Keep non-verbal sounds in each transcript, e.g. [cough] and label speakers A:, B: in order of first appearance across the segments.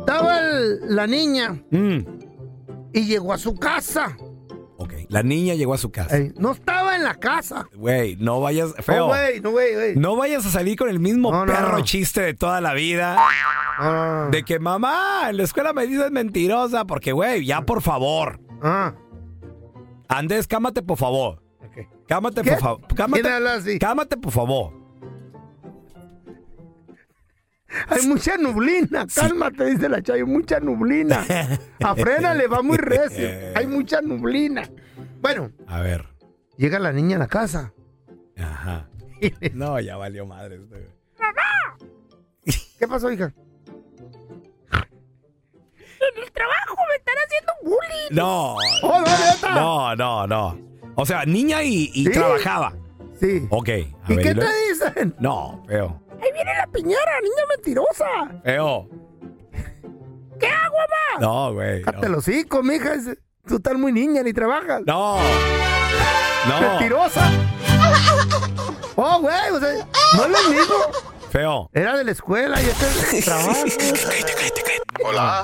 A: Estaba el- la niña
B: Mm.
A: y llegó a su casa.
C: Ok, la niña llegó a su casa.
A: Ey, no estaba en la casa.
C: Güey, no vayas, feo.
A: No, güey, no, güey, güey.
C: no vayas a salir con el mismo
A: No, no,
C: perro
A: no.
C: chiste de toda la vida.
A: Ah,
C: De que mamá, en la escuela me dices mentirosa. Porque, güey, ya por favor.
A: ah,
C: Andrés, cámate por favor.
A: ok.
C: Cámate
A: ¿Qué?
C: por favor.
A: ¿Quién
C: Cámate,
A: habla así?
C: cámate por favor.
A: Hay mucha nublina. Cálmate, dice la Chayo.
B: [laughs]
A: Mucha nublina. Afrénale, va muy recio. Hay mucha nublina. Bueno,
C: A ver.
A: llega la niña a la casa.
C: Ajá. No, ya valió madre. este, güey.
A: ¿Qué pasó, hija?
C: No.
A: ¡Oh, no, neta!
C: No, no, no. O sea, niña y, y
A: Sí.
C: trabajaba.
A: Sí.
C: Ok. a
A: ¿Y
C: ver,
A: qué
C: lo-
A: te dicen?
C: No, feo.
A: Ahí viene la piñera, niña mentirosa.
C: Feo.
A: ¿Qué hago, mamá?
C: No, güey. no.
A: Cállate los hijos, mija. es- Tú estás muy niña, ni trabajas.
C: No. No.
A: Mentirosa. Oh, güey,
D: [laughs]
A: o sea, no es lo mismo.
C: Feo.
A: Era de la escuela y este es trabajo.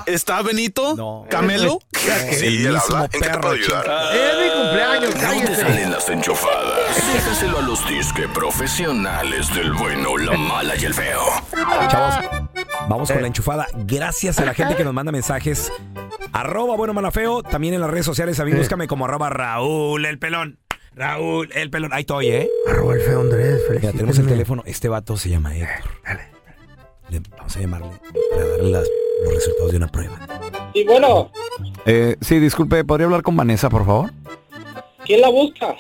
E: ¿Está Benito?
C: No.
A: [laughs]
E: ¿Camelo? Ah.
F: Sí, él habla. ¿En qué te puedo ayudar?
A: es mi cumpleaños,
F: No te
A: cállese.
F: salen las enchufadas. Déjaselo a los disque profesionales del bueno, la mala y el feo.
C: Chavos, vamos con la enchufada. Gracias a la gente que nos manda mensajes. Arroba bueno malafeo. También en las redes sociales a mí búscame como arroba Raúl el pelón. Raúl el pelón. Ahí estoy, ¿eh?
A: Arroba el feo Andrés,
C: Mira, tenemos el
A: felicítenme.
C: teléfono. Este vato se llama Héctor. Le- vamos a llamarle para darle las- los resultados de una prueba.
G: Y bueno,
D: Eh, sí, disculpe, ¿podría hablar con Vanessa, por favor?
G: ¿quién la busca?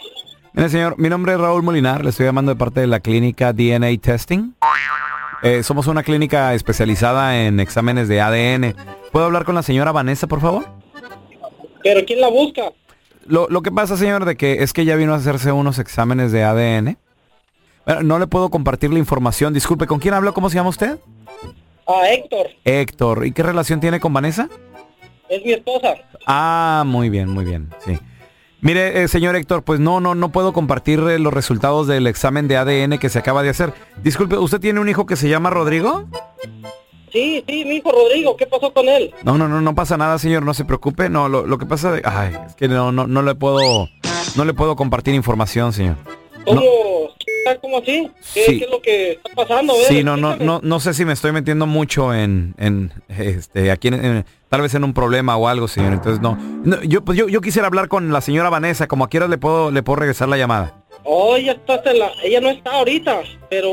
D: Mire, señor, mi nombre es Raúl Molinar, le estoy llamando de parte de la clínica DNA Testing. Eh, somos una clínica especializada en exámenes de ADN. ¿Puedo hablar con la señora Vanessa, por favor?
G: ¿Pero quién la busca?
D: Lo, lo que pasa, señor, de que es que ella vino a hacerse unos exámenes de ADN. Bueno, no le puedo compartir la información. Disculpe, ¿con quién hablo? ¿Cómo se llama usted?
G: A Héctor,
D: Héctor. ¿Y qué relación tiene con Vanessa?
G: es mi esposa.
D: Ah, muy bien, muy bien, sí. Mire, eh, señor Héctor, pues no, no, no puedo compartir eh, los resultados del examen de ADN que se acaba de hacer. Disculpe, ¿usted tiene un hijo que se llama Rodrigo?
G: Sí, sí, mi hijo Rodrigo, ¿qué pasó con él?
D: No, no, no, no pasa nada, señor, no se preocupe. No, lo, lo que pasa, de- ay, es que no, no, no le puedo, no le puedo compartir información, señor.
G: ¿Cómo? ¿Cómo así? ¿Qué,
D: Sí.
G: qué es lo que está pasando? A ver,
D: Sí, no, no, no,
G: explícame.
D: no sé si me estoy metiendo mucho en, en este, aquí, en, en- tal vez en un problema o algo, señor. Entonces no, No, yo, pues yo, yo quisiera hablar con la señora Vanessa, como a qué hora le puedo, le puedo regresar la llamada.
G: Oh, ella, está hasta la- ella no está ahorita, pero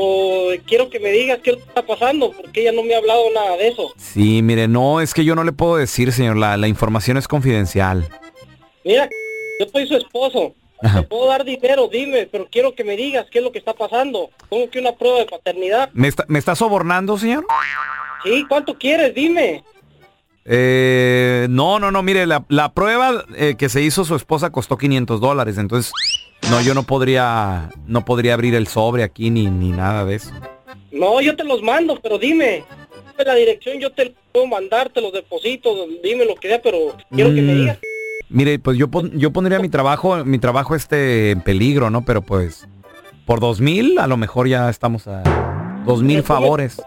G: quiero que me digas qué es lo que está pasando, porque ella no me ha hablado nada de eso.
D: Sí, mire, no, es que yo no le puedo decir, señor, la, la información es confidencial.
G: Mira, yo soy su esposo. Te puedo dar dinero, dime, pero quiero que me digas qué es lo que está pasando. ¿Cómo que una prueba de paternidad?
D: ¿Me está, me está sobornando, señor?
G: Sí, ¿cuánto quieres? Dime.
D: Eh, no, no, no, mire, la, la prueba eh, que se hizo su esposa costó 500 dólares, entonces, no, yo no podría, no podría abrir el sobre aquí ni, ni nada de eso.
G: No, yo te los mando, pero dime. Dime La dirección yo te la puedo mandar, te los deposito, dime lo que sea, pero quiero que me
D: Mm.
G: digas.
D: Mire, pues yo, pon- yo pondría mi trabajo, mi trabajo este en peligro, ¿no? Pero pues, por dos mil, a lo mejor ya estamos a dos mil favores.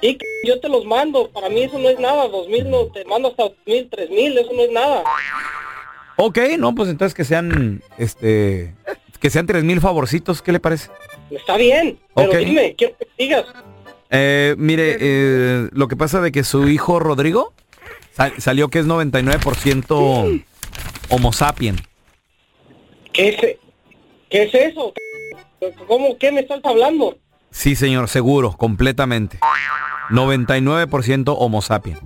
G: Sí, c- yo te los mando, para mí eso no es nada, dos mil no, te mando hasta dos mil, tres mil, eso no es nada.
D: Ok, no, pues entonces que sean, este, que sean tres mil favorcitos, ¿qué le parece?
G: Está bien, pero
D: Ok.
G: dime, quiero que me digas.
D: Eh, mire, eh, lo que pasa de que su hijo Rodrigo sal- salió que es 99% homo sapien.
G: ¿Qué es, e- qué es eso? c-? ¿Cómo, qué me estás hablando?
D: Sí, señor, seguro, completamente. 99% homo sapien.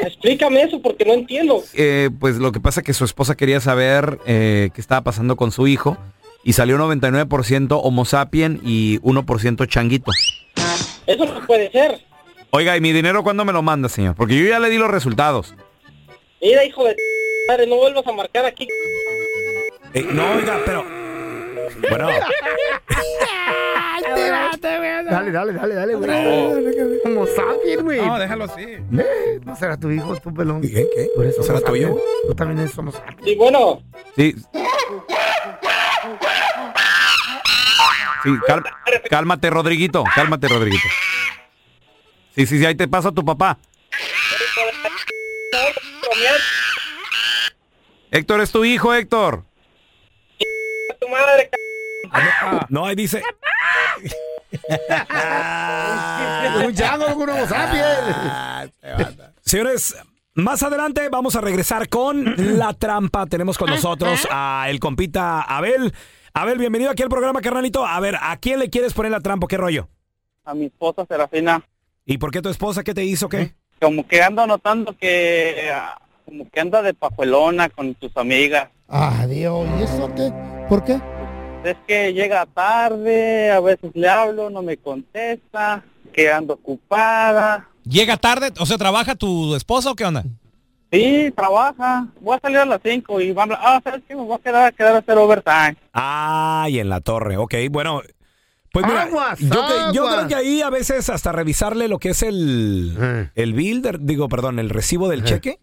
C: Explícame eso porque no entiendo.
H: Eh, pues lo que pasa que su esposa quería saber eh, qué estaba pasando con su hijo y salió 99% homo sapien y 1% changuito.
C: Eso no puede ser.
H: Oiga, ¿y mi dinero cuándo me lo manda, señor? Porque yo ya le di los resultados.
C: Mira, hijo de madre, no vuelvas a marcar aquí.
D: Eh, no, oiga, pero. Bueno,
A: [laughs] Dale, dale, dale, dale, güey. Como sapien, güey. No,
I: déjalo así.
A: será tu hijo, tu pelón.
D: ¿Y qué, qué?
A: Tú eres
D: ¿No será
A: homo sapien.
D: tuyo?
A: Tú también eres somos sapien.
C: Y bueno,
H: Sí. Sí, cal- cálmate, Rodriguito. Cálmate, Rodriguito. Sí, sí, sí, ahí te paso a tu papá. Héctor, es tu hijo, Héctor.
C: tu madre,
D: Ah, no, ahí
C: [laughs]
D: dice.
A: Un chango, un homo sapien.
D: Señores, más adelante vamos a regresar con la trampa. Tenemos con nosotros a el compita Abel. Abel, bienvenido aquí al programa, carnalito. A ver, ¿a quién le quieres poner la trampa? ¿Qué rollo?
C: A mi esposa Serafina,
D: ¿Y por qué tu esposa? ¿Qué te hizo? ¿Qué?
C: como que ando notando que... ah, Como que anda de pajuelona con tus amigas.
A: Adiós. ¿Y eso qué? ¿Por qué?
C: Es que llega tarde, a veces le hablo, no me contesta, que ando ocupada.
J: Llega tarde, o sea, ¿trabaja tu esposa o qué onda?
C: Sí, trabaja. Voy a salir a las 5 y vamos a... Ah, ¿sabes qué? Me voy a quedar a, quedar a hacer overtime.
J: Ah,
D: Ay, en la torre. Ok, bueno. Pues mira,
A: Aguas,
D: yo, cre- yo
A: aguas.
D: creo que ahí a veces hasta revisarle lo que es el,
A: Eh.
D: el bill, de- digo, perdón, el recibo del cheque.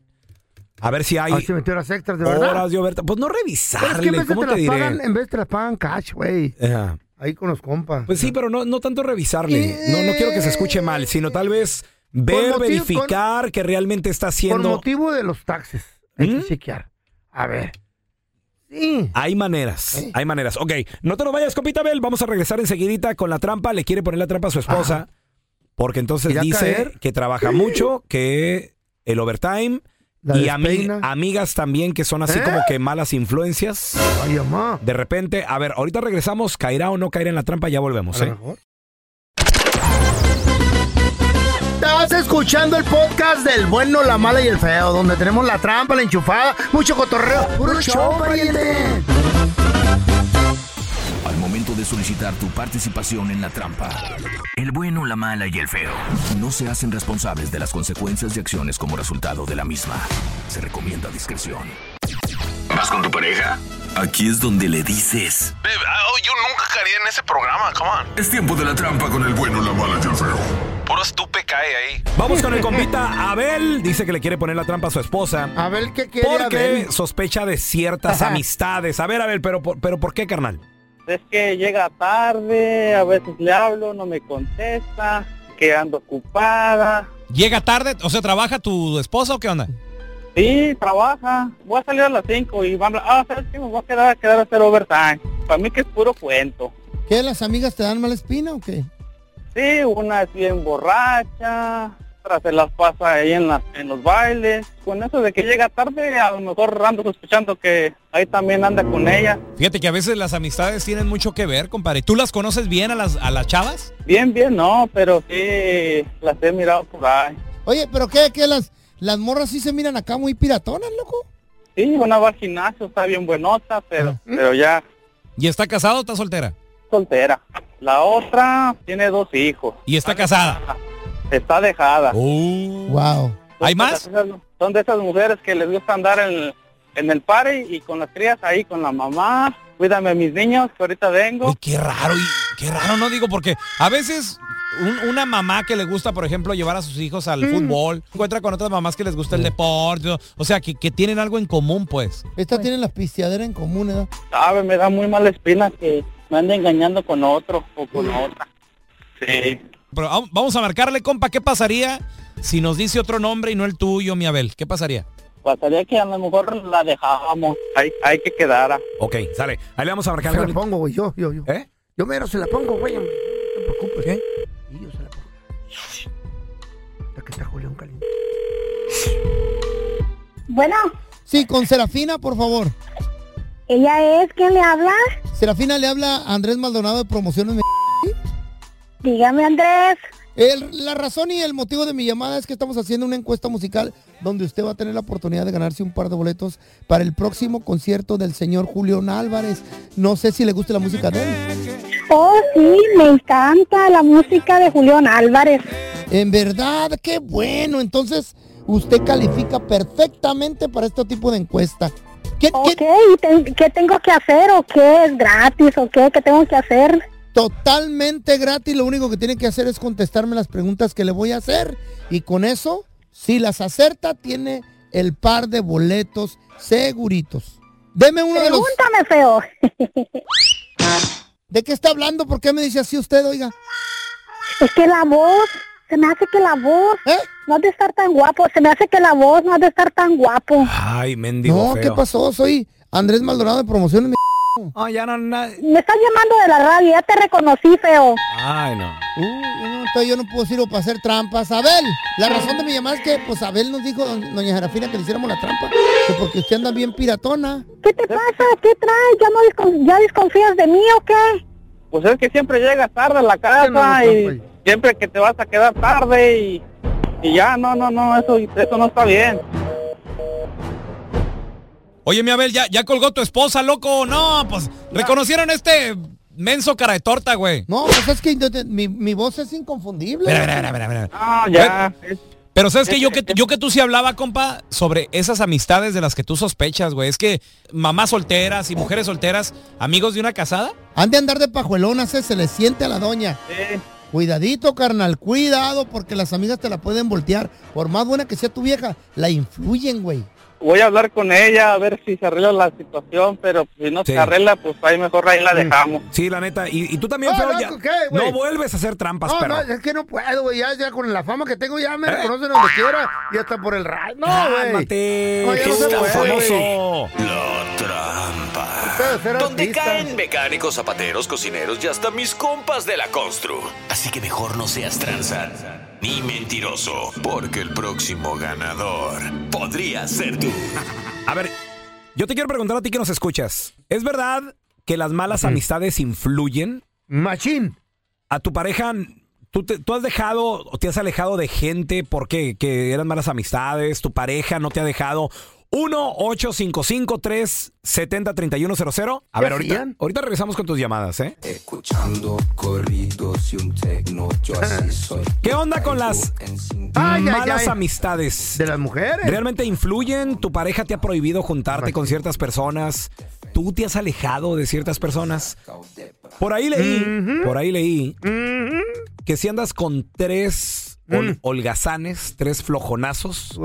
D: A ver si hay
A: Ahí se metió Ah, las extras, de verdad.
D: horas de oberta. Pues no
A: Pero es que en
D: revisarle,
A: vez de
D: ¿cómo
A: te
D: te
A: las
D: diré?
A: pagan, en vez te las pagan cash, güey.
D: Ajá.
A: Ahí con los compas.
D: Pues sí, pero no, no tanto revisarle. No, no quiero que se escuche mal, sino tal vez ver,
A: motivo-
D: verificar que realmente está
A: Por
D: haciendo.
A: motivo de los taxes. Hay
D: ¿Mm?
A: que chequear. A ver. Sí.
D: Hay maneras,
A: Eh.
D: hay maneras. Ok, no te lo vayas, compita Bel. Vamos a regresar enseguidita con la trampa. Le quiere poner la trampa a su esposa. Porque entonces
A: Irá a
D: dice
A: caer.
D: que trabaja mucho, que el overtime.
A: La
D: y ami-
A: despeina.
D: amigas también que son así
A: ¿Eh?
D: como que malas influencias.
A: Ay, mamá.
D: De repente, a ver, ahorita regresamos, caerá o no caerá en la trampa, ya volvemos. ¿eh?
A: Estás escuchando el podcast del bueno, la mala y el feo, donde tenemos la trampa, la enchufada, mucho cotorreo. ¡Puro show, pariente!
F: Al momento de solicitar tu participación en la trampa, el bueno, la mala y el feo no se hacen responsables de las consecuencias y acciones como resultado de la misma. Se recomienda discreción. ¿Vas con tu pareja? Aquí es donde le dices.
K: ah, oh, yo nunca caería en ese programa, come on.
F: Es tiempo de la trampa con el bueno, la mala y el feo.
K: Puro estupe cae ahí.
D: Vamos con el compita Abel. Dice que le quiere poner la trampa a su esposa.
A: A ver qué quiere
D: Porque
A: Abel?
D: sospecha de ciertas
A: Ajá.
D: amistades. A ver, Abel, pero, por- pero ¿por qué, carnal?
C: Es que llega tarde, a veces le hablo, no me contesta, que ando ocupada.
J: Llega tarde, o sea, ¿trabaja tu esposa o qué onda?
C: Sí, trabaja. Voy a salir a las 5 y vamos a... Ah, ¿sabes qué? Me voy a quedar a, quedar a hacer overtime. Para mí que es puro cuento.
A: ¿Qué, las amigas te dan mala espina o qué?
C: Sí, una es bien borracha, otra se las pasa ahí en, las- en los bailes. Con eso de que llega tarde, a lo mejor ando sospechando que ahí también anda con ella.
J: Fíjate que a veces las amistades tienen mucho que ver, compadre. ¿Tú las conoces bien a las, a las chavas?
C: Bien, bien, no, pero sí, las he mirado por ahí.
A: Oye, ¿pero qué, qué, las, las morras sí se miran acá muy piratonas, loco?
C: Sí, una va al gimnasio, está bien buenota, pero,
J: Ah.
C: pero ya
J: ¿Y está casado o está soltera?
C: soltera. La otra tiene dos hijos,
J: Y está casada.
C: está dejada.
J: Uh.
A: Wow.
J: ¿Hay
C: Son
J: más?
C: de esas- son de esas mujeres que les gusta andar en, en el party y con las crías ahí con la mamá. Cuídame a mis niños, que ahorita vengo.
J: Uy, qué raro, y- qué raro, no digo, porque a veces un- una mamá que le gusta, por ejemplo, llevar a sus hijos
A: Mm.
J: al fútbol, encuentra con otras mamás que les gusta el deporte, o- o sea, que, que tienen algo en común, pues.
A: Esta tiene las pisteaderas en común, ¿eh?
C: Sabe, me da muy mala espina que me ande engañando con otro o con otra. Sí.
J: Pero vam- vamos a marcarle, compa, ¿qué pasaría si nos dice otro nombre y no el tuyo, mi Abel? ¿Qué pasaría?
C: Pasaría que a lo mejor la dejábamos. Hay, hay que quedar.
D: Ok, sale. Ahí le vamos a marcar.
A: Se la
D: carnal.
A: pongo, güey, yo, yo, yo.
D: ¿Eh?
A: Yo mero se la pongo, güey. No te preocupes. ¿Qué? Y yo se la pongo. Hasta que está Julián caliente.
C: Bueno,
A: Sí, con Serafina, por favor.
C: ella es quien le habla.
A: Serafina le habla a Andrés Maldonado de Promociones.
C: Dígame, Andrés.
A: El- la razón y el motivo de mi llamada es que estamos haciendo una encuesta musical donde usted va a tener la oportunidad de ganarse un par de boletos para el próximo concierto del señor Julián Álvarez. No sé si le gusta la música de él.
L: Oh, sí, me encanta la música de Julián Álvarez.
A: En verdad, qué bueno. Entonces, usted califica perfectamente para este tipo de encuesta. ¿Qué,
L: Ok, ¿y ten- qué tengo que hacer o qué es gratis o qué? ¿Qué tengo que hacer?
A: Totalmente gratis, lo único que tiene que hacer es contestarme las preguntas que le voy a hacer y con eso, si las acerta, tiene el par de boletos seguritos. Deme uno
L: Pregúntame, feo.
A: [laughs] ¿De qué está hablando? ¿Por qué me dice así usted, oiga?
L: Es que la voz, se me hace que la voz
A: ¿Eh?
L: no ha de estar tan guapo, se me hace que la voz no ha de estar tan guapo.
D: Ay, mendigo
A: No, ¿qué
D: feo.
A: pasó? Soy Andrés Maldonado de Promociones. mi-
J: Ah,
D: ya no,
L: Me estás llamando de la radio, ya te reconocí, feo.
D: Ay, no.
A: Uh, no, entonces yo no puedo decirlo para hacer trampas. Abel, la razón de mi llamada es que, pues, Abel nos dijo, don- doña Jarafina, que le hiciéramos la trampa. Que porque usted anda bien piratona.
L: ¿Qué te pasa? ¿Qué traes? ¿Ya, no descon- ya desconfías de mí o qué?
C: Pues es que siempre llegas tarde a la casa y siempre que te vas a quedar tarde y, y ya, no, no, no, eso, eso no está bien.
M: Oye, mi Abel, ya, ya colgó tu esposa, loco. No, pues reconocieron este menso cara de torta, güey.
A: No, pues es que yo te- mi, mi voz es inconfundible.
M: Mira, mira, mira, mira, mira.
C: Ah, ya.
M: Güey, Pero sabes que yo que yo que tú sí hablaba, compa, sobre esas amistades de las que tú sospechas, güey. Es que mamás solteras y mujeres solteras, amigos de una casada.
A: Han de andar de pajuelona, se, se le siente a la doña. Cuidadito, carnal, cuidado, porque las amigas te la pueden voltear. Por más buena que sea tu vieja, la influyen, güey.
C: Voy a hablar con ella a ver si se arregla la situación, pero si no
D: Sí. Mm.
C: se arregla, pues ahí mejor ahí la dejamos.
D: Sí, la neta. Y, y tú también,
A: Ah, No,
D: feo,
A: loco,
D: ya-
A: ¿qué,
D: no
A: güey?
D: vuelves a hacer trampas,
A: No,
D: perro. ¿Eh?
A: no, es que no puedo, güey. Ya, ya con la fama que tengo, ya me reconocen donde quiera. Y hasta por el radio. No, güey.
D: Cálmate,
A: No, ya
D: que
A: no se
D: estás
A: puede, güey.
D: famoso.
F: La trampa.
A: Donde
F: caen mecánicos, zapateros, cocineros y hasta mis compas de la constru. Así que mejor no seas tranza ni mentiroso, porque el próximo ganador podría ser [laughs] tú.
D: A ver, yo te quiero preguntar a ti que nos escuchas. ¿Es verdad que las malas amistades influyen?
A: Machín.
D: A tu pareja, ¿tú, te- tú has dejado o te has alejado de gente porque que eran malas amistades? ¿Tu pareja no te ha dejado? 1-855-370-3100. A
N: ¿Qué
D: ver, ahorita,
N: hacían?
D: ahorita regresamos con tus llamadas, ¿eh?
N: Escuchando corridos y un tecno, yo
D: [laughs]
N: así soy.
D: ¿Qué onda con las
N: Ay, ay,
D: malas
N: ay.
D: amistades? De
A: las mujeres.
D: ¿Realmente influyen? ¿Tu pareja te ha prohibido juntarte con ciertas personas? ¿Tú te has alejado de ciertas personas? Por ahí leí, por ahí leí que si andas con tres
O: Mm.
D: hol- holgazanes, tres flojonazos,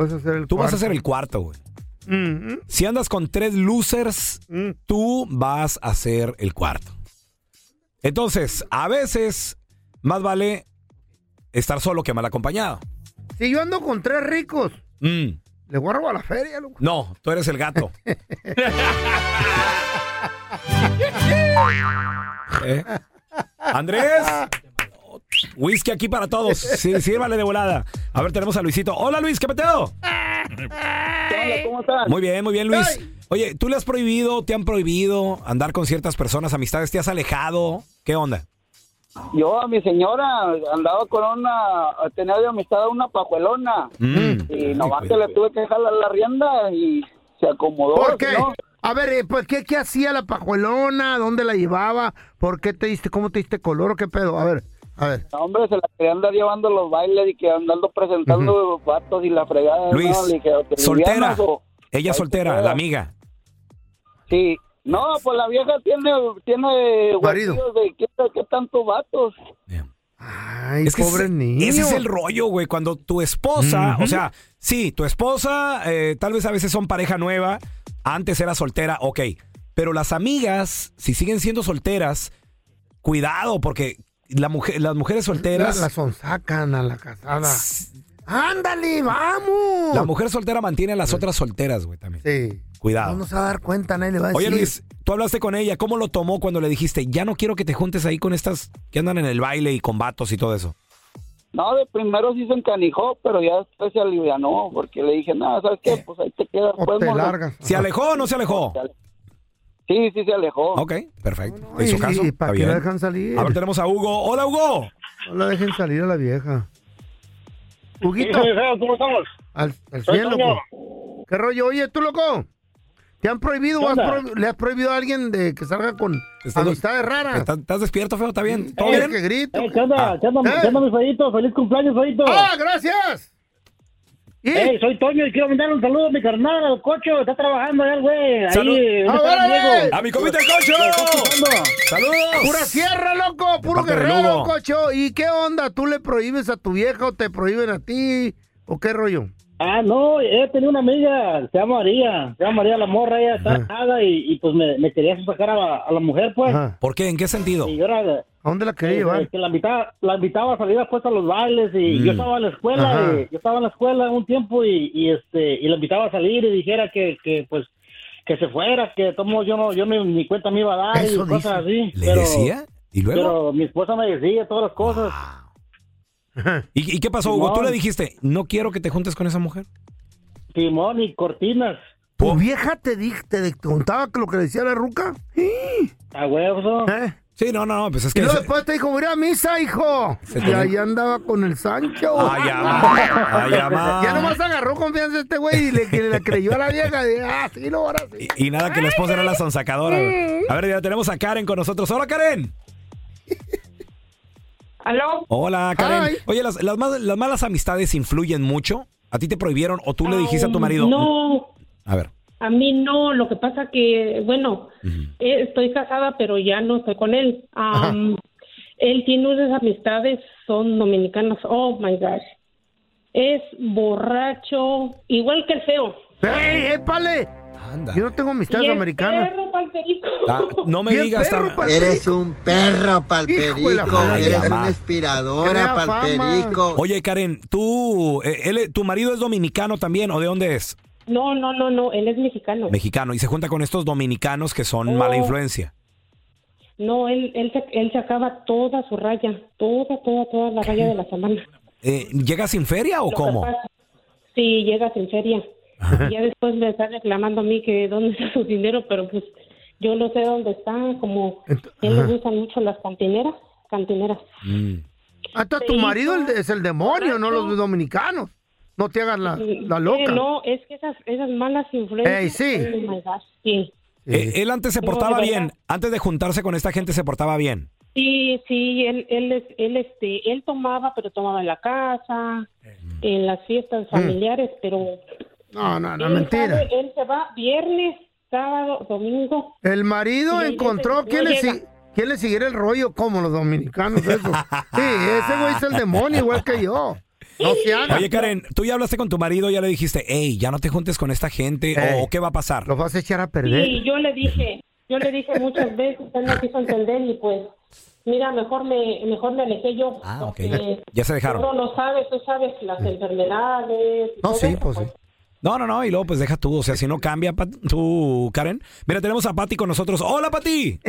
D: tú vas a ser el,
O: cuarto.
D: cuarto, güey. Si andas con tres losers,
O: Mm.
D: tú vas a ser el cuarto. Entonces, a veces más vale estar solo que mal acompañado.
O: Si yo ando con tres ricos,
D: Mm,
O: le guardo a la feria, loco.
D: No, tú eres el gato. ¿Eh? Andrés, whisky aquí para todos. Sí, sírvale de volada. A ver, tenemos a Luisito. Hola Luis, ¿qué peteo?
P: ¿Cómo estás?
D: Muy bien, muy bien Luis. Oye, ¿tú le has prohibido, te han prohibido andar con ciertas personas, amistades? ¿Te has alejado? ¿Qué onda?
P: Yo a mi señora andaba con una, tenía de amistad a una pajuelona.
D: Mm.
P: Y nomás
D: pues,
P: que le tuve que jalar la rienda y se acomodó.
O: ¿Por qué?
P: si no,
O: A ver, eh, pues, ¿qué, ¿qué hacía la pajuelona? ¿Dónde la llevaba? ¿Por qué te diste, cómo te diste color o qué pedo? A ver, a ver.
P: no, hombre, se la quería andar llevando a los bailes y que andando presentando vatos y la fregada.
D: Luis,
P: ¿no? Le dije, ¿o te
D: soltera.
P: livianas o-
D: Ella
P: Ahí
D: soltera,
P: te
D: la
P: queda.
D: amiga.
P: Sí. No, pues la vieja tiene, tiene
D: Marido.
P: huequillos de qué, qué tanto vatos.
O: Ay,
D: Es que
O: pobre
D: ese,
O: niño.
D: ese es el rollo, güey. Cuando tu esposa,
O: Ujú.
D: o sea, sí, tu esposa, eh, tal vez a veces son pareja nueva, antes era soltera, ok. Pero las amigas, si siguen siendo solteras, cuidado, porque la mujer, las mujeres
O: La,
D: solteras.
O: la sonsacan a la casada. ¡Ándale, vamos!
D: La mujer soltera mantiene a las otras solteras, güey, también.
O: Sí.
D: Cuidado.
O: No nos va a dar cuenta, nadie le va a decir.
D: Oye, Luis, tú hablaste con ella. ¿Cómo lo tomó cuando le dijiste, ya no quiero que te juntes ahí con estas que andan en el baile y con vatos y todo eso?
P: No, de primero sí se encanijó, pero ya después se alivianó, porque le dije, nada, ¿sabes
D: Eh,
P: qué? Pues ahí te quedas. pues, morro".
D: ¿Se alejó o no se alejó?
P: Sí, sí se alejó.
D: Ok, perfecto. ¿Te
O: Ay,
D: hizo caso?
O: ¿y
D: Está
O: para qué
D: bien.
O: la dejan salir?
D: A ver, tenemos a Hugo. Hola, Hugo.
A: No la dejen salir a la vieja. Huguito.
Q: Sí, feo, ¿Cómo estamos?
A: Al, al
Q: Soy
A: cielo, pues.
Q: Toño.
A: co. ¿Qué rollo? Oye, tú, loco. ¿Te han prohibido
Q: ¿Qué
A: o has
Q: onda?
A: prohi- le has prohibido a alguien de que salga con amistades raras?
D: ¿Estás, estás despierto, feo? ¿Está bien? ¿Todo
A: Oye,
D: bien?
A: que grito.
Q: Eh, ¿Qué onda? ¿Qué onda,
A: Eh.
Q: qué onda, mi Fellito? ¡Feliz cumpleaños, Fellito!
A: ¡Ah, gracias!
Q: Ey, soy Toño y quiero mandar un saludo a mi carnal, al cocho. Está trabajando allá, el güey. Ahí,
D: Salud.
Q: ¿dónde
D: ¡Ah,
Q: está el
D: órale!
Q: Diego?
D: ¡A mi comita, el Cocho!
Q: Me está escuchando.
D: ¡Saludos!
A: Pura sierra, loco, puro
D: parte de
A: guerrero,
D: Lugo.
A: cocho. ¿Y qué onda? ¿Tú le prohíbes a tu vieja o te prohíben a ti? ¿O qué rollo?
Q: Ah, no, he tenido una amiga, se llama María, se llama María la morra, ella está casada y, y pues me, me quería sacar a la, a la mujer, pues.
D: ¿Por qué? ¿En qué sentido?
Q: Y yo era de-
A: ¿A dónde la
Q: eh,
A: quería llevar?
Q: que la invitaba, la invitaba a salir después a los bailes y
A: Mm.
Q: yo estaba en la escuela,
A: Ajá.
Q: eh, yo estaba en la escuela un tiempo y, y, este y la invitaba a salir y dijera que, que pues que se fuera, que de todos modos yo no yo ni, ni cuenta me iba a dar y
D: Eso
Q: cosas así.
D: ¿Le
Q: pero-
D: decía? ¿Y luego?
Q: Pero mi esposa me decía todas las cosas.
D: ¿Y, y qué pasó, Hugo? ¿Tú
Q: Simón.
D: le dijiste, no quiero que te juntes con esa mujer?
Q: Simón y cortinas.
A: ¿Tu vieja te, di- te de- contaba que lo que le decía la ruca? ¿Eh?
Q: ¿A huevo?
D: Sí, no, no, pues es
A: Y
D: que...
A: luego
D: se-
A: después te dijo, mira a misa, hijo.
D: Se
A: Y
D: te-
A: ahí andaba con el Sancho.
D: Ay, amá, ay, amá.
A: Ya nomás agarró confianza este güey y le, que le creyó a la vieja. De, ah, sí, no, ahora sí.
D: Y nada, que la esposa era la sonsacadora. güey. A ver, ya tenemos a Karen con nosotros. ¡Hola, Karen!
R: ¿Aló?
D: Hola, Karen.
R: Hi.
D: Oye, las, las mas- las malas amistades influyen mucho. ¿A ti te prohibieron o tú le dijiste a tu
R: Um,
D: marido?
R: No,
D: A ver.
R: a mí no. Lo que pasa que, bueno, eh, estoy casada, pero ya no estoy con él. Am, él tiene unas amistades, son dominicanas. Oh, my gosh. Es borracho, igual que el feo.
A: ¡Ey, épale! Yo no tengo amistades
R: Y es
A: americanas.
R: perro, palperico.
D: no me
A: Bien
D: digas,
A: perro,
D: tan-
A: palperico.
S: Eres un perro,
A: Hijo de la
S: palperico.
A: fregada.
S: Eres
D: Mamá.
S: una inspiradora,
A: Crea fama.
S: palperico.
D: Oye, Karen, tú, eh, él- tu marido es dominicano también, ¿o de dónde es?
R: No, no, no, no. Él es mexicano.
D: Mexicano. Y se junta con estos dominicanos que son
R: Oh.
D: mala influencia.
R: No, él, él, se- él sacaba toda su raya, toda, toda, toda la raya de la semana.
D: Eh, ¿Llega sin feria o
R: Lo que
D: cómo?
R: pasa- Sí, llegas en feria. Y ya después me está reclamando a mí que dónde está su dinero, pero pues yo no sé dónde está, como a él le gustan mucho las cantineras, cantineras.
D: Mm.
A: Hasta Ah, tu marido el de- es el demonio, no los dominicanos. No te hagas la, la
R: Eh,
A: loca.
R: no, es que esas, esas malas influencias.
A: Ey, sí.
R: oh my gosh, sí.
D: Eh, él antes se
R: No,
D: portaba
R: de verdad.
D: bien. Antes de juntarse con esta gente se portaba bien.
R: Sí, sí, él, él, es- él, este, él tomaba, pero tomaba en la casa, en las fiestas familiares, pero...
A: Mm. No, no, no,
R: él
A: mentira.
R: sabe, él se va viernes, sábado, domingo.
A: El
R: Y
A: marido
R: ella
A: encontró
R: se-
A: quién
R: no
A: le,
R: llega.
A: si- quién le siguiera el rollo, como los dominicanos,
T: [laughs]
A: eso. Sí, ese güey es
D: [laughs]
A: el demonio, igual que yo. No se hagan.
D: Oye, Karen, tú ya hablaste con tu marido, ya le dijiste, hey, ya no te juntes con esta gente,
A: Ey.
D: o qué va a pasar.
A: Los vas a echar a perder.
R: Sí, yo le dije, yo le dije muchas veces, él no quiso entender y pues, mira, mejor me, mejor me alejé yo.
D: Ah, ok.
R: porque
D: Ya se dejaron. Mm.
R: Uno no sabe, tú sabes las enfermedades.
D: No,
R: todo
D: sí,
R: eso,
D: pues sí. No, no, no, y luego pues deja tú, o sea, si no cambia Pat- tú, Karen. Mira, tenemos a Pati con nosotros. ¡Hola, Pati!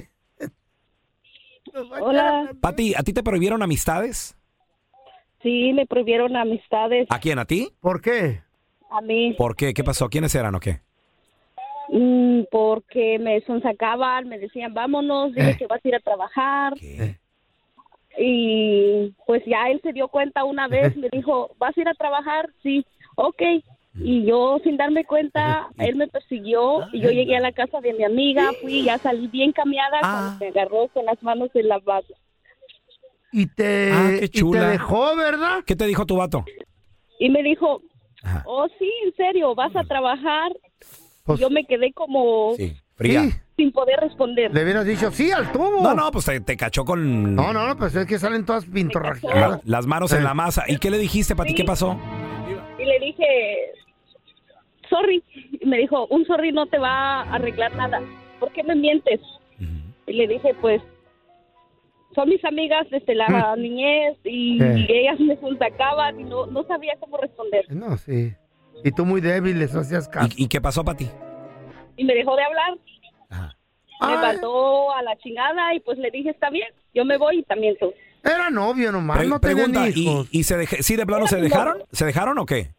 T: Hola,
D: Pati, ¿a ti te prohibieron amistades?
T: sí, me prohibieron amistades
D: ¿A quién? ¿A ti?
A: ¿Por qué?
T: a mí
D: ¿Por qué? ¿Qué pasó? ¿Quiénes eran o qué?
T: mm, porque me sonsacaban, me decían, vámonos, dime que vas a ir a trabajar. Y pues ya él se dio cuenta una vez, me dijo, ¿vas a ir a trabajar? Sí, ok. Y yo sin darme cuenta, él me persiguió y yo llegué a la casa de mi amiga, fui, ya salí bien cambiada, cuando me agarró con las manos en la base.
A: Y te,
D: Ah, qué
A: y te
D: chula.
A: dejó, ¿verdad?
D: ¿Qué te dijo tu vato?
T: Y me dijo, oh sí, en serio, vas a trabajar. Y yo me quedé como
D: Sí. Fría.
T: sin poder responder.
A: Le hubieras dicho sí al tubo.
D: No, no, pues te, te cachó con
A: No, no, no, pues es que salen todas pintorrajeadas.
D: la- las manos en la masa. ¿Y qué le dijiste, Pati? ¿Qué pasó?
T: Y le dije, sorry. Y me dijo, un sorry no te va a arreglar nada. ¿Por qué me mientes? Y le dije, pues, son mis amigas desde la
D: Mm.
T: niñez y
A: Eh.
T: ellas me sacaban y no, no sabía cómo responder.
A: No, sí. Y tú muy débil, eso hacías caso.
D: ¿Y, qué pasó, Pati?
T: Y me dejó de hablar.
A: Ay.
T: Me mandó a la chingada y pues le dije, está bien, yo me voy y también tú.
A: Era Ah, novio nomás,
D: Pre-
A: no tenían
D: pregunta,
A: hijos.
D: ¿y, y se dej- sí de plano se dejaron? ¿Se dejaron o qué?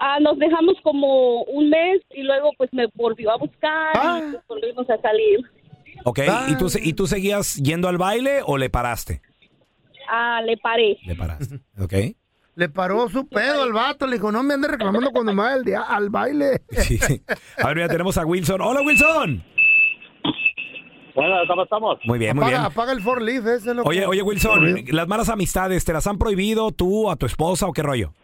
T: Ah, nos dejamos como un mes y luego pues me volvió a buscar y pues, volvimos a salir.
A: Ah.
D: Ok, ¿Y, tú, se- ¿y tú seguías yendo al baile o le paraste?
T: Ah, le paré.
D: Le paraste. ¿Ok?
A: Le paró su pedo al vato, le dijo, no me andes reclamando cuando me vaya al, dia- al baile.
D: Sí, sí. A ver, ya tenemos a Wilson. ¡Hola, Wilson!
A: Bueno, ¿cómo estamos?
D: Muy bien, muy
A: apaga,
D: bien.
A: Apaga el forklift ese, loco.
D: Oye, oye, Wilson, las malas amistades, ¿te las han prohibido tú, a tu esposa o qué rollo?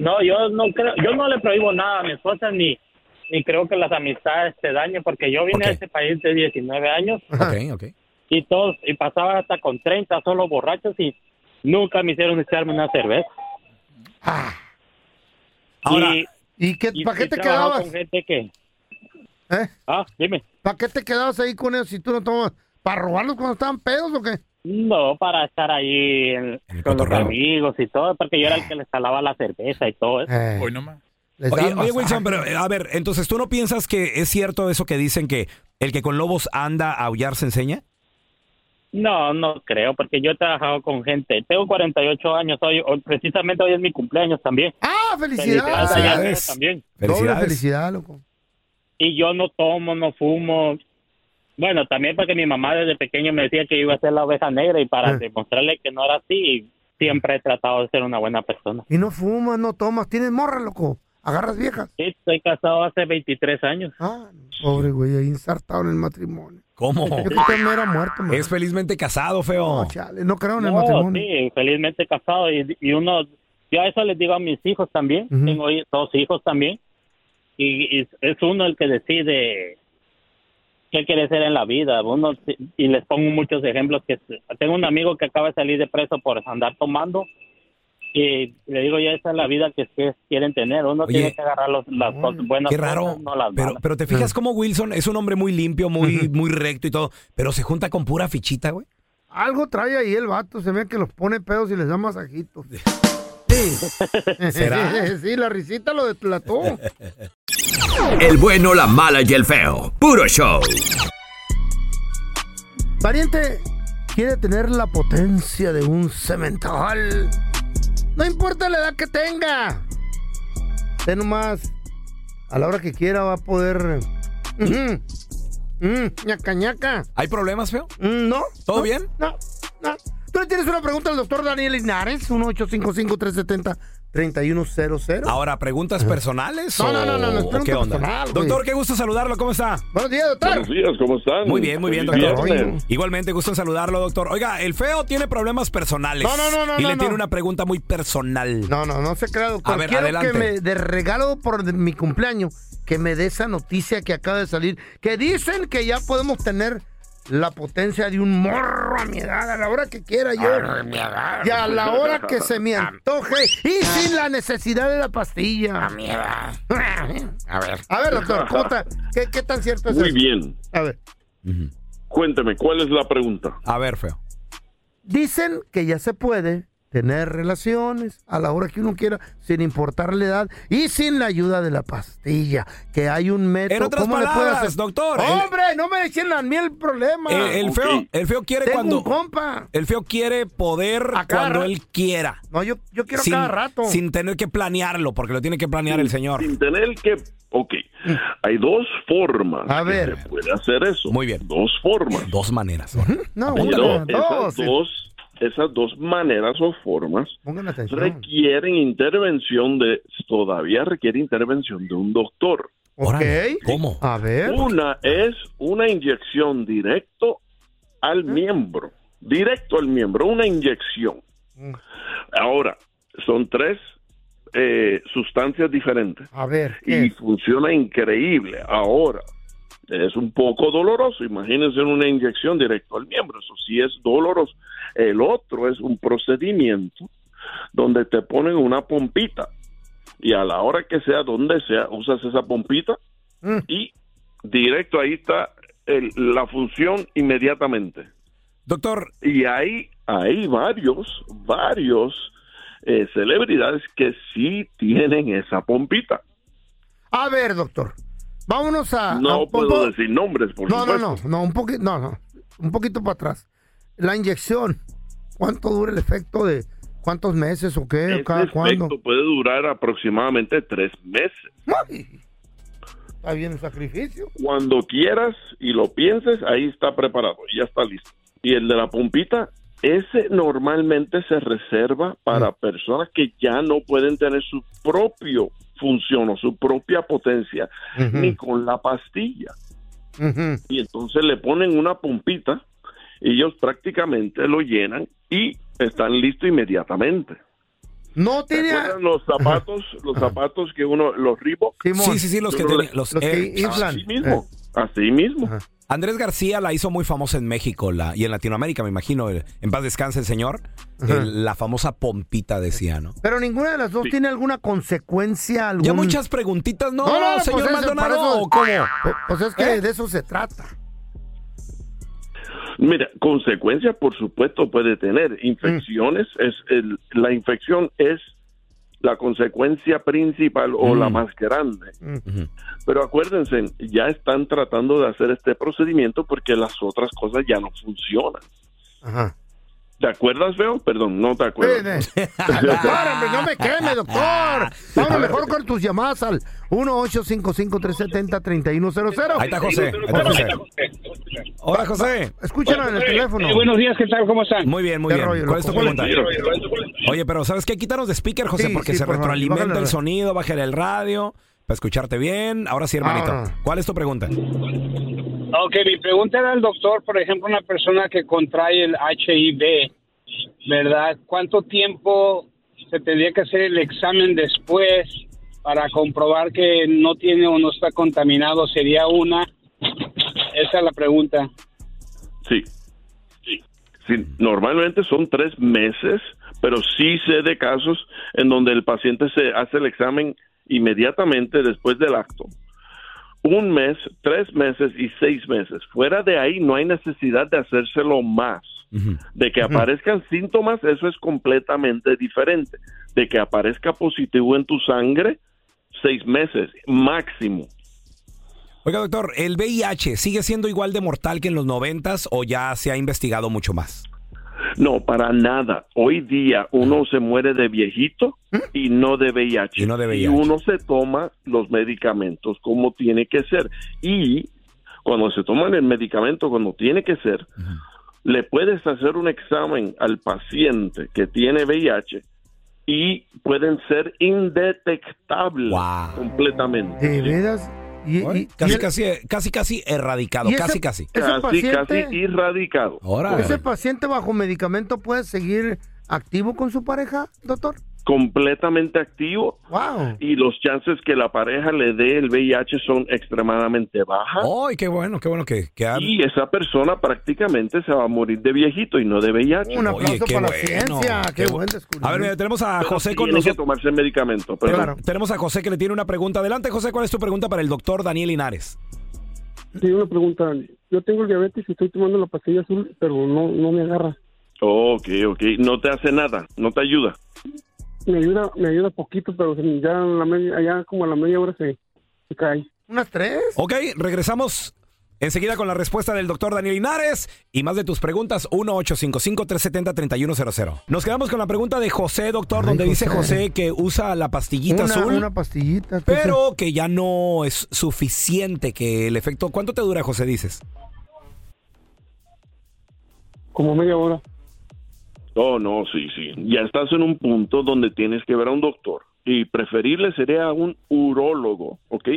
I: No, yo no creo, yo no le prohíbo nada a mi esposa ni, ni creo que las amistades se dañen porque yo vine a este país de 19 años
D: Ok, ok.
I: y todos y pasaba hasta con 30 solo borrachos y nunca me hicieron echarme una cerveza.
A: Ah. Ahora, ¿y qué-
I: y-
A: pa' qué
I: y
A: te
I: trabajo
A: quedabas?
I: Con gente que
A: Ah, dime. ¿Para qué te quedabas ahí con ellos si tú no tomas? ¿Para robarlos cuando estaban pedos o qué?
I: no para estar ahí en- con los amigos y todo porque yo era el que les calaba la cerveza y todo eso.
A: Eh.
D: Hoy
I: nomás.
D: Oye, oye, Wilson, pero eh, a ver, entonces, ¿tú no piensas que es cierto eso que dicen que el que con lobos anda a aullar se enseña?
I: No, no creo, porque yo he trabajado con gente. Tengo 48 años, hoy, hoy- precisamente hoy es mi cumpleaños también.
A: ¡Ah,
I: Felicidades.
A: felicidades!
I: Felicidades. También.
A: Doble
I: Felicidades.
A: felicidad, loco.
I: Y yo no tomo, no fumo. Bueno, también porque mi mamá desde pequeño me decía que iba a ser la oveja negra y para demostrarle que no era así, siempre he tratado de ser una buena persona.
A: Y no fumas, no tomas, tienes morra, loco. Agarras viejas.
I: Sí, estoy casado hace 23 años.
A: Pobre güey, ahí ensartado en el matrimonio.
D: ¿Cómo?
A: Yo también era muerto, man.
D: Es felizmente casado, feo.
A: No, chale, no creo en el
I: No,
A: matrimonio.
I: Sí, felizmente casado. Y, y uno, yo a eso les digo a mis hijos también.
A: Ujú.
I: Tengo hi- dos hijos también. Y, y es uno el que decide qué quiere ser en la vida. Uno, y les pongo muchos ejemplos. que Tengo un amigo que acaba de salir de preso por andar tomando. Y le digo, ya esa es la vida que ustedes quieren tener. Uno
D: Oye,
I: tiene que agarrar los- las cosas buenas.
D: Qué raro.
I: cosas, no las
D: pero,
I: malas.
D: pero te fijas cómo Wilson es un hombre muy limpio, muy, muy recto y todo, pero se junta con pura fichita, güey.
A: Algo trae ahí el vato, se ve que los pone pedos y les
D: [laughs]
A: da masajitos. [laughs]
D: ¿Será?
A: sí, la risita lo deplató.
D: [laughs]
F: El bueno, la mala y el feo. Puro show.
A: Pariente quiere tener la potencia de un cemental. No importa la edad que tenga. Usted nomás, a la hora que quiera va a poder... Ujú. Mm, ñaca, ñaca. Mm,
D: ¿Hay problemas, feo?
A: No.
D: ¿Todo
A: no,
D: bien?
A: No, no. Tú le tienes una pregunta al doctor Daniel Linares, 1-855-370-3100.
D: Ahora, preguntas personales.
A: No,
D: o-
A: no, no, no, no, es
D: o
A: pregunta
D: ¿Qué onda?
A: personal, güey.
D: Doctor, qué gusto saludarlo. ¿Cómo está?
A: Buenos días, doctor.
E: Buenos días, ¿cómo están?
D: Muy bien, muy bien,
E: Feliz
D: doctor.
E: viernes.
D: Igualmente, gusto en saludarlo, doctor. Oiga, el feo tiene problemas personales.
A: No, no, no, no,
D: Y le
A: no,
D: tiene
A: no.
D: una pregunta muy personal.
A: No, no, no se crea, doctor.
D: A ver,
A: Quiero
D: adelante.
A: que me, de regalo por de- mi cumpleaños, que me dé esa noticia que acaba de salir, que dicen que ya podemos tener la potencia de un morro a mi edad, a la hora que quiera yo. Y a la hora que se me antoje y sin la necesidad de la pastilla. A mi edad.
E: A ver.
A: [laughs] A ver, doctor, ¿cómo está? ¿Qué, qué tan cierto es
E: [laughs] Muy
A: eso?
E: bien.
A: A ver.
E: Cuénteme, ¿cuál es la pregunta?
D: A ver, feo.
A: Dicen que ya se puede tener relaciones a la hora que uno quiera, sin importar la edad y sin la ayuda de la pastilla. Que hay un método.
D: En otras
A: ¿Cómo le puede
D: palabras,
A: hacer? Oh,
D: doctor, el-
A: ¡Hombre, no me echen a mí el problema!
D: El, el feo, el feo quiere
A: Tengo
D: cuando.
A: un compa.
D: El feo quiere poder
A: cada
D: cuando
A: ra-
D: él quiera.
A: No, yo, yo quiero
D: sin,
A: cada rato.
D: Sin tener que planearlo, porque lo tiene que planear el señor.
E: Sin tener que... Ok, hay dos formas
D: A
E: que
D: ver.
E: se puede hacer eso. Muy bien. Dos formas.
D: Dos maneras.
A: No,
E: Pero
A: apúntale,
E: esas
A: dos, sí.
E: dos, esas dos maneras o formas
A: Pongan atención.
E: requieren intervención de... Todavía requiere intervención de un doctor.
A: Ok. ¿Cómo? A ver.
E: Una es una inyección directo al miembro, directo al miembro, una inyección. Ahora, son tres eh, sustancias diferentes
A: A ver.
E: y funciona increíble. Ahora, es un poco doloroso, imagínense una inyección directo al miembro, eso sí es doloroso. El otro es un procedimiento donde te ponen una pompita y a la hora que sea, donde sea, usas esa pompita y directo ahí está el- la función inmediatamente.
D: Doctor.
E: Y ahí hay varios, varios eh, celebridades que sí tienen esa pompita.
A: A ver, doctor. Vámonos a. a
E: No
A: un
E: puedo
A: poco-
E: decir nombres, por
A: no, no,
E: supuesto.
A: no, no, un poquito, no, no, un poquito para atrás. La inyección, ¿cuánto dura el efecto de cuántos meses o qué?
E: Este
A: ¿Cada cuándo?
E: efecto puede durar aproximadamente tres meses.
A: Está bien el sacrificio.
E: Cuando quieras y lo pienses, ahí está preparado, ya está listo. Y el de la pompita Ese normalmente se reserva para personas que ya no pueden tener su propio función o su propia potencia,
U: Ujú.
E: ni con la pastilla. Y entonces le ponen una pompita y ellos prácticamente lo llenan y están listos inmediatamente.
A: No tiene.
E: Los zapatos, los zapatos que uno, los ribos.
D: Sí, sí, sí, los que Eh. tenía- los Air-
E: Así mismo. Así mismo.
D: Andrés García la hizo muy famosa en México la, y en Latinoamérica, me imagino. el- En paz descanse el señor. el- la famosa pompita decía, ¿no?
A: Pero ninguna de las dos tiene alguna consecuencia. Algún...
D: Ya muchas preguntitas, ¿no, señor
A: pues, es-
D: Maldonado,
A: para eso-
D: o cómo?
A: Pues- Pues es que
D: ¿Eh?
A: de eso se trata.
E: Mira, consecuencias por supuesto puede tener. Infecciones, es el- la infección es la consecuencia principal o
D: Mm.
E: la más grande. Pero acuérdense, ya están tratando de hacer este procedimiento porque las otras cosas ya no funcionan.
A: Ajá.
E: ¿Te acuerdas, Feo? Perdón, no te acuerdas.
A: doctor, hombre, no me queme, doctor. eh, Vamos mejor con tus llamadas al 1-855-370-3100.
D: Ahí está José, ahí está José. Hola, José.
A: Escúchanos en el
N: eh,
A: teléfono.
D: días, ¿qué tal? ¿Cómo están? Muy bien, muy
A: Qué
D: bien.
A: rollo,
D: ¿Cuál es tu
A: loco.
D: pregunta?
A: Rollo,
D: Oye, pero ¿sabes qué? Quítanos de speaker, José,
A: Sí,
D: porque
A: sí,
D: se
A: por favor,
D: retroalimenta
A: bájale.
D: el sonido, bájale el radio para escucharte bien. Ahora sí, hermanito.
N: Ahora.
D: ¿Cuál es tu pregunta?
N: Ok, mi pregunta era al doctor, por ejemplo, una persona que contrae el HIV, ¿verdad? ¿Cuánto tiempo se tendría que hacer el examen después para comprobar que no tiene o no está contaminado? ¿Sería una? Esa es la pregunta.
E: Sí. Sí, Normalmente son tres meses, pero sí sé de casos en donde el paciente se hace el examen inmediatamente después del acto. Un mes, tres meses y seis meses. Fuera de ahí no hay necesidad de hacérselo más. De que aparezcan síntomas, eso es completamente diferente. De que aparezca positivo en tu sangre, seis meses máximo.
D: Oiga, doctor, ¿el VIH sigue siendo igual de mortal que en los noventas o ya se ha investigado mucho más?
E: No, para nada. Hoy día uno se muere de viejito y no de VIH. ¿Mm? Y, uno se toma los medicamentos como tiene que ser. Y cuando se toman el medicamento como tiene que ser, le puedes hacer un examen al paciente que tiene VIH y pueden ser indetectables completamente.
A: ¿De veras? Y- y-
D: Casi,
A: y el-
D: casi, casi, casi erradicado,
A: ¿Y ese-
D: casi, casi.
A: ese Casi, paciente- casi
E: erradicado.
A: ¿Ese paciente bajo medicamento puede seguir activo con su pareja, doctor?
E: completamente activo y los chances que la pareja le dé el VIH son extremadamente bajas.
D: ¡Ay, qué bueno, qué bueno que, que han-
E: Y esa persona prácticamente se va a morir de viejito y no de VIH.
D: Un aplauso Oye, qué para la bueno, ciencia, qué qué bu- buen
E: descubrimiento.
D: A ver, mira, tenemos a José con
E: Tiene que
D: nosotros.
E: tomarse el medicamento. pero-
D: Tenemos a José que le tiene una pregunta. Adelante, José, ¿cuál es tu pregunta para el doctor Daniel Linares?
V: Sí, una pregunta. Yo tengo el diabetes y estoy tomando la pastilla azul, pero no, no me agarra.
E: Ok, ok. No te hace nada, no te ayuda.
V: Me ayuda, me ayuda poquito, pero se- ya, a la media- ya como a la media hora se, se cae.
A: ¿Unas tres?
D: Ok, regresamos enseguida con la respuesta del doctor Daniel Linares y más de tus preguntas, 1-855-370-3100. Nos quedamos con la pregunta de José, doctor, donde dice José que usa la pastillita
A: Una,
D: azul,
A: una pastillita. que se-
D: pero que ya no es suficiente que el efecto... ¿Cuánto te dura, José, dices?
V: Como media hora.
E: Oh, no, sí, sí. Ya estás en un punto donde tienes que ver a un doctor y preferible sería un urólogo, ¿ok?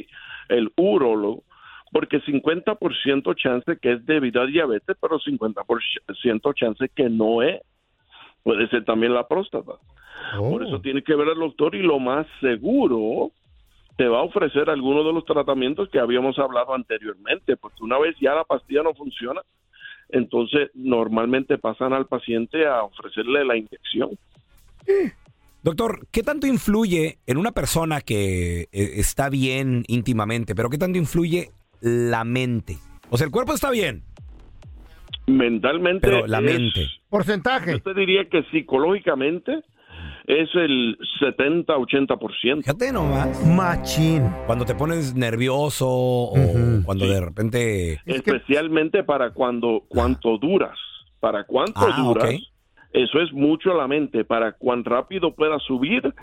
E: El urólogo, porque 50% chance que es debido a diabetes, pero 50% chance que no es. Puede ser también la próstata.
D: Oh.
E: Por eso tienes que ver al doctor y lo más seguro te va a ofrecer alguno de los tratamientos que habíamos hablado anteriormente, porque una vez ya la pastilla no funciona, entonces normalmente pasan al paciente a ofrecerle la inyección.
D: Doctor, ¿qué tanto influye en una persona que eh, está bien íntimamente, pero qué tanto influye la mente? O sea, el cuerpo está bien,
E: Mentalmente,
D: pero la
E: es-
D: mente.
A: porcentaje.
E: yo te diría que psicológicamente es el 70-80%.
D: Fíjate nomás.
A: Machín.
D: Cuando te pones nervioso o cuando de repente...
E: Especialmente para cuando cuánto duras. Para cuánto
D: Ah,
E: duras,
D: ok.
E: eso es mucho la mente. Para cuán rápido puedas subir,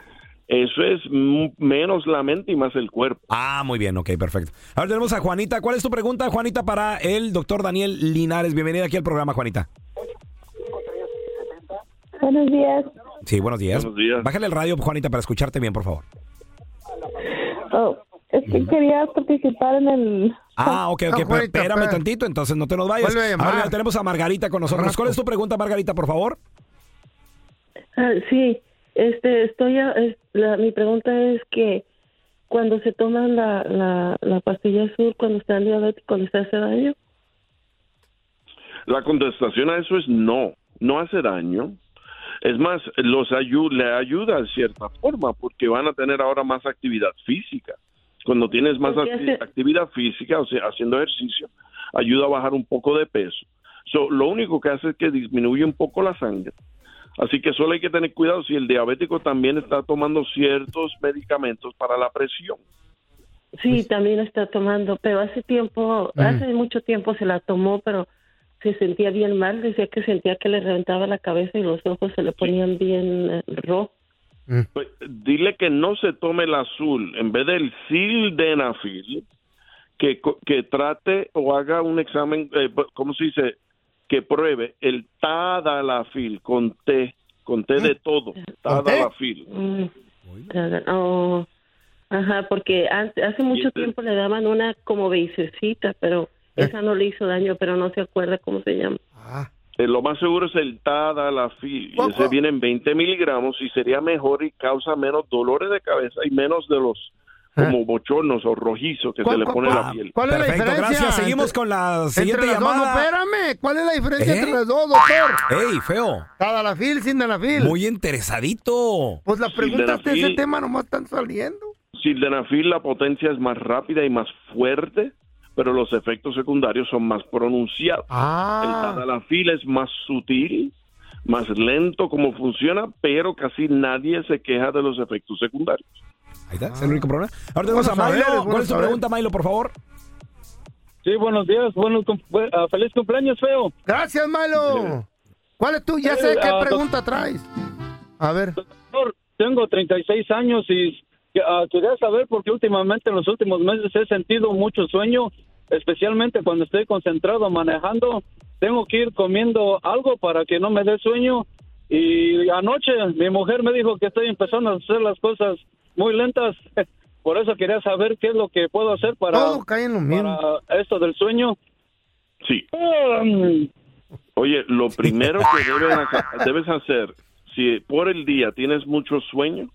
E: eso es m- menos la mente y más el cuerpo.
D: Ah, muy bien, ok, perfecto. Ahora tenemos a Juanita. ¿Cuál es tu pregunta, Juanita, para el doctor Daniel Linares? Bienvenida aquí al programa, Juanita.
W: Buenos días.
D: Sí, buenos días. Bájale el radio, Juanita, para escucharte bien, por favor.
W: Oh, es que quería participar en el...
D: Ah, ok, ok, pero
W: Juanita,
D: espérame
W: espera.
D: tantito, entonces no te nos vayas.
W: Vuelve a llamar.
D: Ahora ya tenemos a Margarita con nosotros. ¿Cuál es tu pregunta, Margarita, por favor?
W: Ah, sí, este, estoy, a- es- la- mi pregunta es que cuando se toman la, la, la pastilla azul, cuando están diabéticos, ¿les hace daño?
E: La contestación a eso es no, no hace daño. Es más, los ayu- le ayuda de cierta forma porque van a tener ahora más actividad física. Cuando tienes más
W: Porque
E: acti-
W: hace-
E: actividad física, o sea, haciendo ejercicio, ayuda a bajar un poco de peso. So, lo único que hace es que disminuye un poco la sangre. Así que solo hay que tener cuidado si el diabético también está tomando ciertos medicamentos para la presión.
W: Sí,
D: Pues
W: también la está tomando, pero hace tiempo,
E: Mm.
W: hace mucho tiempo se la tomó, pero se sentía bien mal, decía que sentía que le reventaba la cabeza y los ojos se le ponían bien eh, rojos.
A: Mm.
E: Pues, dile que no se tome el azul en vez del sildenafil, que, co- que trate o haga un examen, eh, bu- ¿cómo se dice? Que pruebe el tadalafil con T, con T
A: Mm.
E: de todo, tadalafil.
W: Mm. Cada- oh, ajá, porque antes- hace mucho tiempo le daban una como beisecita, pero esa no le hizo daño, pero no se acuerda cómo se llama.
E: Eh, lo más seguro es el tadalafil, y ese viene en 20 miligramos y sería mejor y causa menos dolores de cabeza y menos de los como bochornos o rojizos que se le pone a la piel.
A: Ah. ¿Cuál es la
D: Perfecto,
A: diferencia?
D: gracias. Seguimos con la siguiente
A: entre las dos,
D: llamada.
A: no, espérame, ¿cuál es la diferencia
D: ¿Eh?
A: entre las dos, doctor?
D: ¡Ey, feo!
A: Tadalafil, sin Danafil.
D: Muy interesadito.
A: Pues la preguntas de ese
E: Sildenafil.
A: tema nomás están saliendo.
E: Sildenafil la potencia es más rápida y más fuerte, pero los efectos secundarios son más pronunciados.
A: Ah.
E: El tadalafil es más sutil, más lento como funciona, pero casi nadie se queja de los efectos secundarios.
D: Ahí está, es el único problema. Ahora tenemos
E: Bueno
D: a
E: saber,
D: Milo.
E: es bueno
D: ¿Cuál es tu
E: saber.
D: pregunta, Milo, por favor?
U: Sí, buenos días, buenos cum- bu- ah, feliz cumpleaños, feo. Eh, ah,
A: Gracias, Milo. ¿Cuál es tu? Ya sé
E: Ah,
A: qué pregunta traes. A ver.
U: Doctor, tengo 36 años y ah, quería saber porque últimamente en los últimos meses he sentido mucho sueño, especialmente cuando estoy concentrado manejando. Tengo que ir comiendo algo para que no me dé sueño. Y anoche mi mujer me dijo que estoy empezando a hacer las cosas muy lentas. [laughs] Por eso quería saber qué es lo que puedo hacer para, para esto del sueño. Ah, mm,
E: Sí. Oye, lo primero que deben haca- debes hacer, si por el día tienes mucho sueño,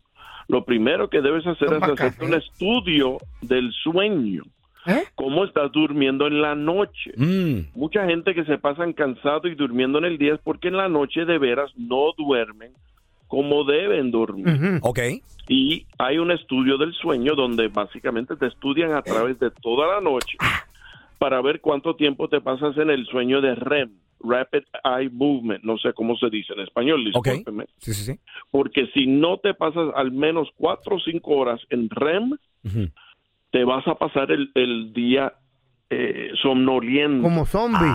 E: lo primero que debes hacer es hacer un estudio del sueño.
D: ¿Eh?
E: ¿Cómo estás durmiendo en la noche?
G: Mm.
E: Mucha gente que se pasan cansado y durmiendo en el día es porque en la noche de veras no duermen como deben dormir.
D: Ok.
E: Y hay un estudio del sueño donde básicamente te estudian a través de toda la noche para ver cuánto tiempo te pasas en el sueño de REM, Rapid Eye Movement, no sé cómo se dice en español, discúlpeme.
D: Sí, sí, sí.
E: Porque si no te pasas al menos cuatro o cinco horas en REM, te vas a pasar el, el día eh, somnoliento. Ah.
A: Como zombie.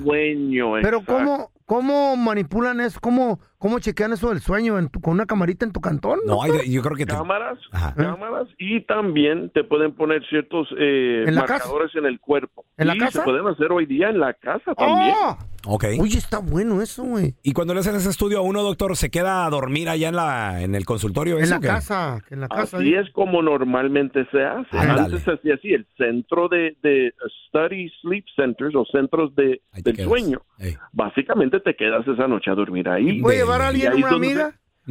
E: Un Sueño,
A: Pero
E: exacto.
A: ¿cómo, ¿cómo manipulan eso? ¿Cómo, cómo chequean eso del sueño en tu- con una camarita en tu cantón? doctor?
E: cámaras, cámaras y también te pueden poner ciertos eh,
A: ¿En la casa?
E: marcadores en el cuerpo.
A: ¿En la
E: Sí,
A: casa? ¡Oh!
E: Se pueden hacer hoy día en la casa
A: ¡Ah!
E: también.
D: Ok.
A: Oye, está bueno eso, güey.
D: Y cuando le hacen ese estudio a uno, doctor, ¿se queda a dormir allá en, la, en el consultorio?
A: En
D: ¿eso
A: la
D: o qué?
A: casa, en la casa.
E: Así es como normalmente se hace.
D: Ándale.
E: Antes se hacía así, el centro de, de Study Sleep Centers o centros de, del
D: quedas.
E: sueño. Básicamente te quedas esa noche a dormir ahí.
A: ¿Puede llevar a
E: Y
A: alguien
E: ahí
A: una
E: es donde
A: amiga?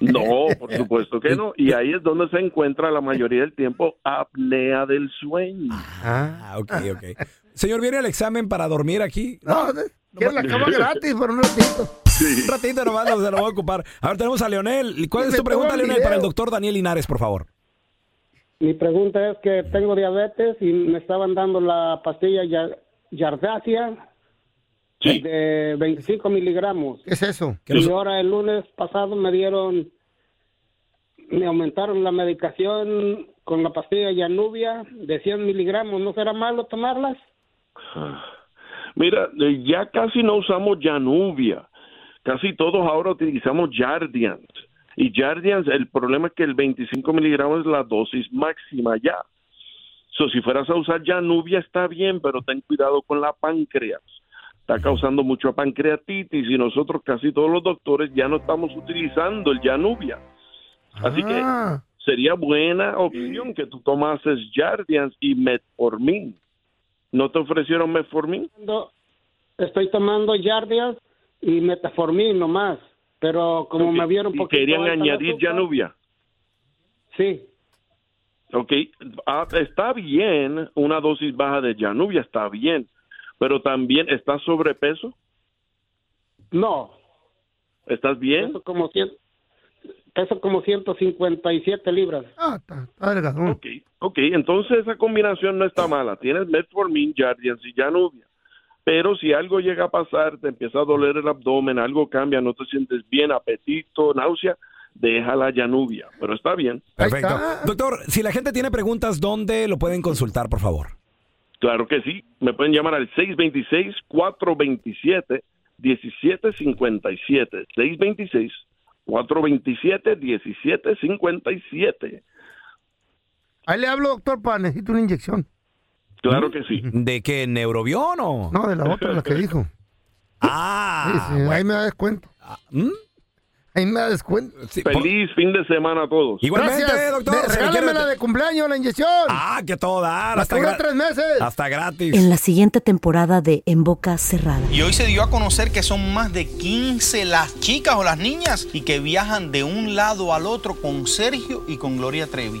E: No, por supuesto que no. Y ahí es donde se encuentra la mayoría del tiempo apnea del sueño.
D: Ah, ok, ok. Señor, ¿viene el examen para dormir aquí?
A: No, quiero la cama gratis por un ratito.
D: Un ratito nomás no se lo voy a ocupar. A ver, tenemos a Leonel. ¿Y ¿Cuál
A: Y
D: es
A: me
D: tu pregunta,
A: toma el
D: Leonel, para el
A: video.
D: doctor Daniel Linares, por favor?
V: Mi pregunta es que tengo diabetes y me estaban dando la pastilla ya- Yardacia de 25 miligramos.
A: ¿Qué es eso?
V: Y ahora el lunes pasado me dieron, me aumentaron la medicación con la pastilla Yanubia de 100 miligramos. ¿No será malo tomarlas?
E: Ah. Mira, eh, ya casi no usamos Januvia. Casi todos ahora utilizamos Jardians. Y Jardians, el problema es que el 25 miligramos es la dosis máxima ya. So, si fueras a usar Januvia está bien, pero ten cuidado con la páncreas. está causando mucha pancreatitis y nosotros casi todos los doctores ya no estamos utilizando el Janubia. Así
A: Ah.
E: que sería buena opción que tú tomases Jardians y Metformin. ¿No te ofrecieron Metformin?
V: tomando- estoy tomando yardias y metaformín nomás, pero como me vieron
E: ¿Y
V: poquito
E: querían
V: alta el
E: añadir
V: azúcar,
E: Janubia?
V: Sí.
E: Ok, ah, está bien, una dosis baja de Janubia está bien, pero también estás sobrepeso,
V: No,
E: estás bien.
V: peso como, cien, peso como 157 libras.
E: Ok, ok, entonces esa combinación no está mala. Tienes Metformin, Jardians y Janubia. Pero si algo llega a pasar, te empieza a doler el abdomen, algo cambia, no te sientes bien, apetito, náusea, deja la Janubia. Pero está bien.
D: Perfecto. Doctor, si la gente tiene preguntas, ¿dónde lo pueden consultar, por favor?
E: Claro que sí. Me pueden llamar al 626-427-1757. 626-427-1757.
A: Ahí le hablo, doctor, para necesito una inyección.
E: Claro que sí.
D: ¿De qué? ¿Neurobión o?
A: No, de la otra, la
E: [laughs]
A: que dijo.
D: Ah. ¿mm?
A: Ahí me da descuento. Ahí me da descuento.
E: Feliz fin de semana a todos.
A: Gracias. Ve- Regálamela de cumpleaños, la inyección.
D: Ah, que todo dar.
A: Hasta dura tres meses.
D: Hasta gratis.
X: En la siguiente temporada de En Boca Cerrada.
K: Y hoy se dio a conocer que son más de 15 las chicas o las niñas y que viajan de un lado al otro con Sergio y con Gloria Trevi.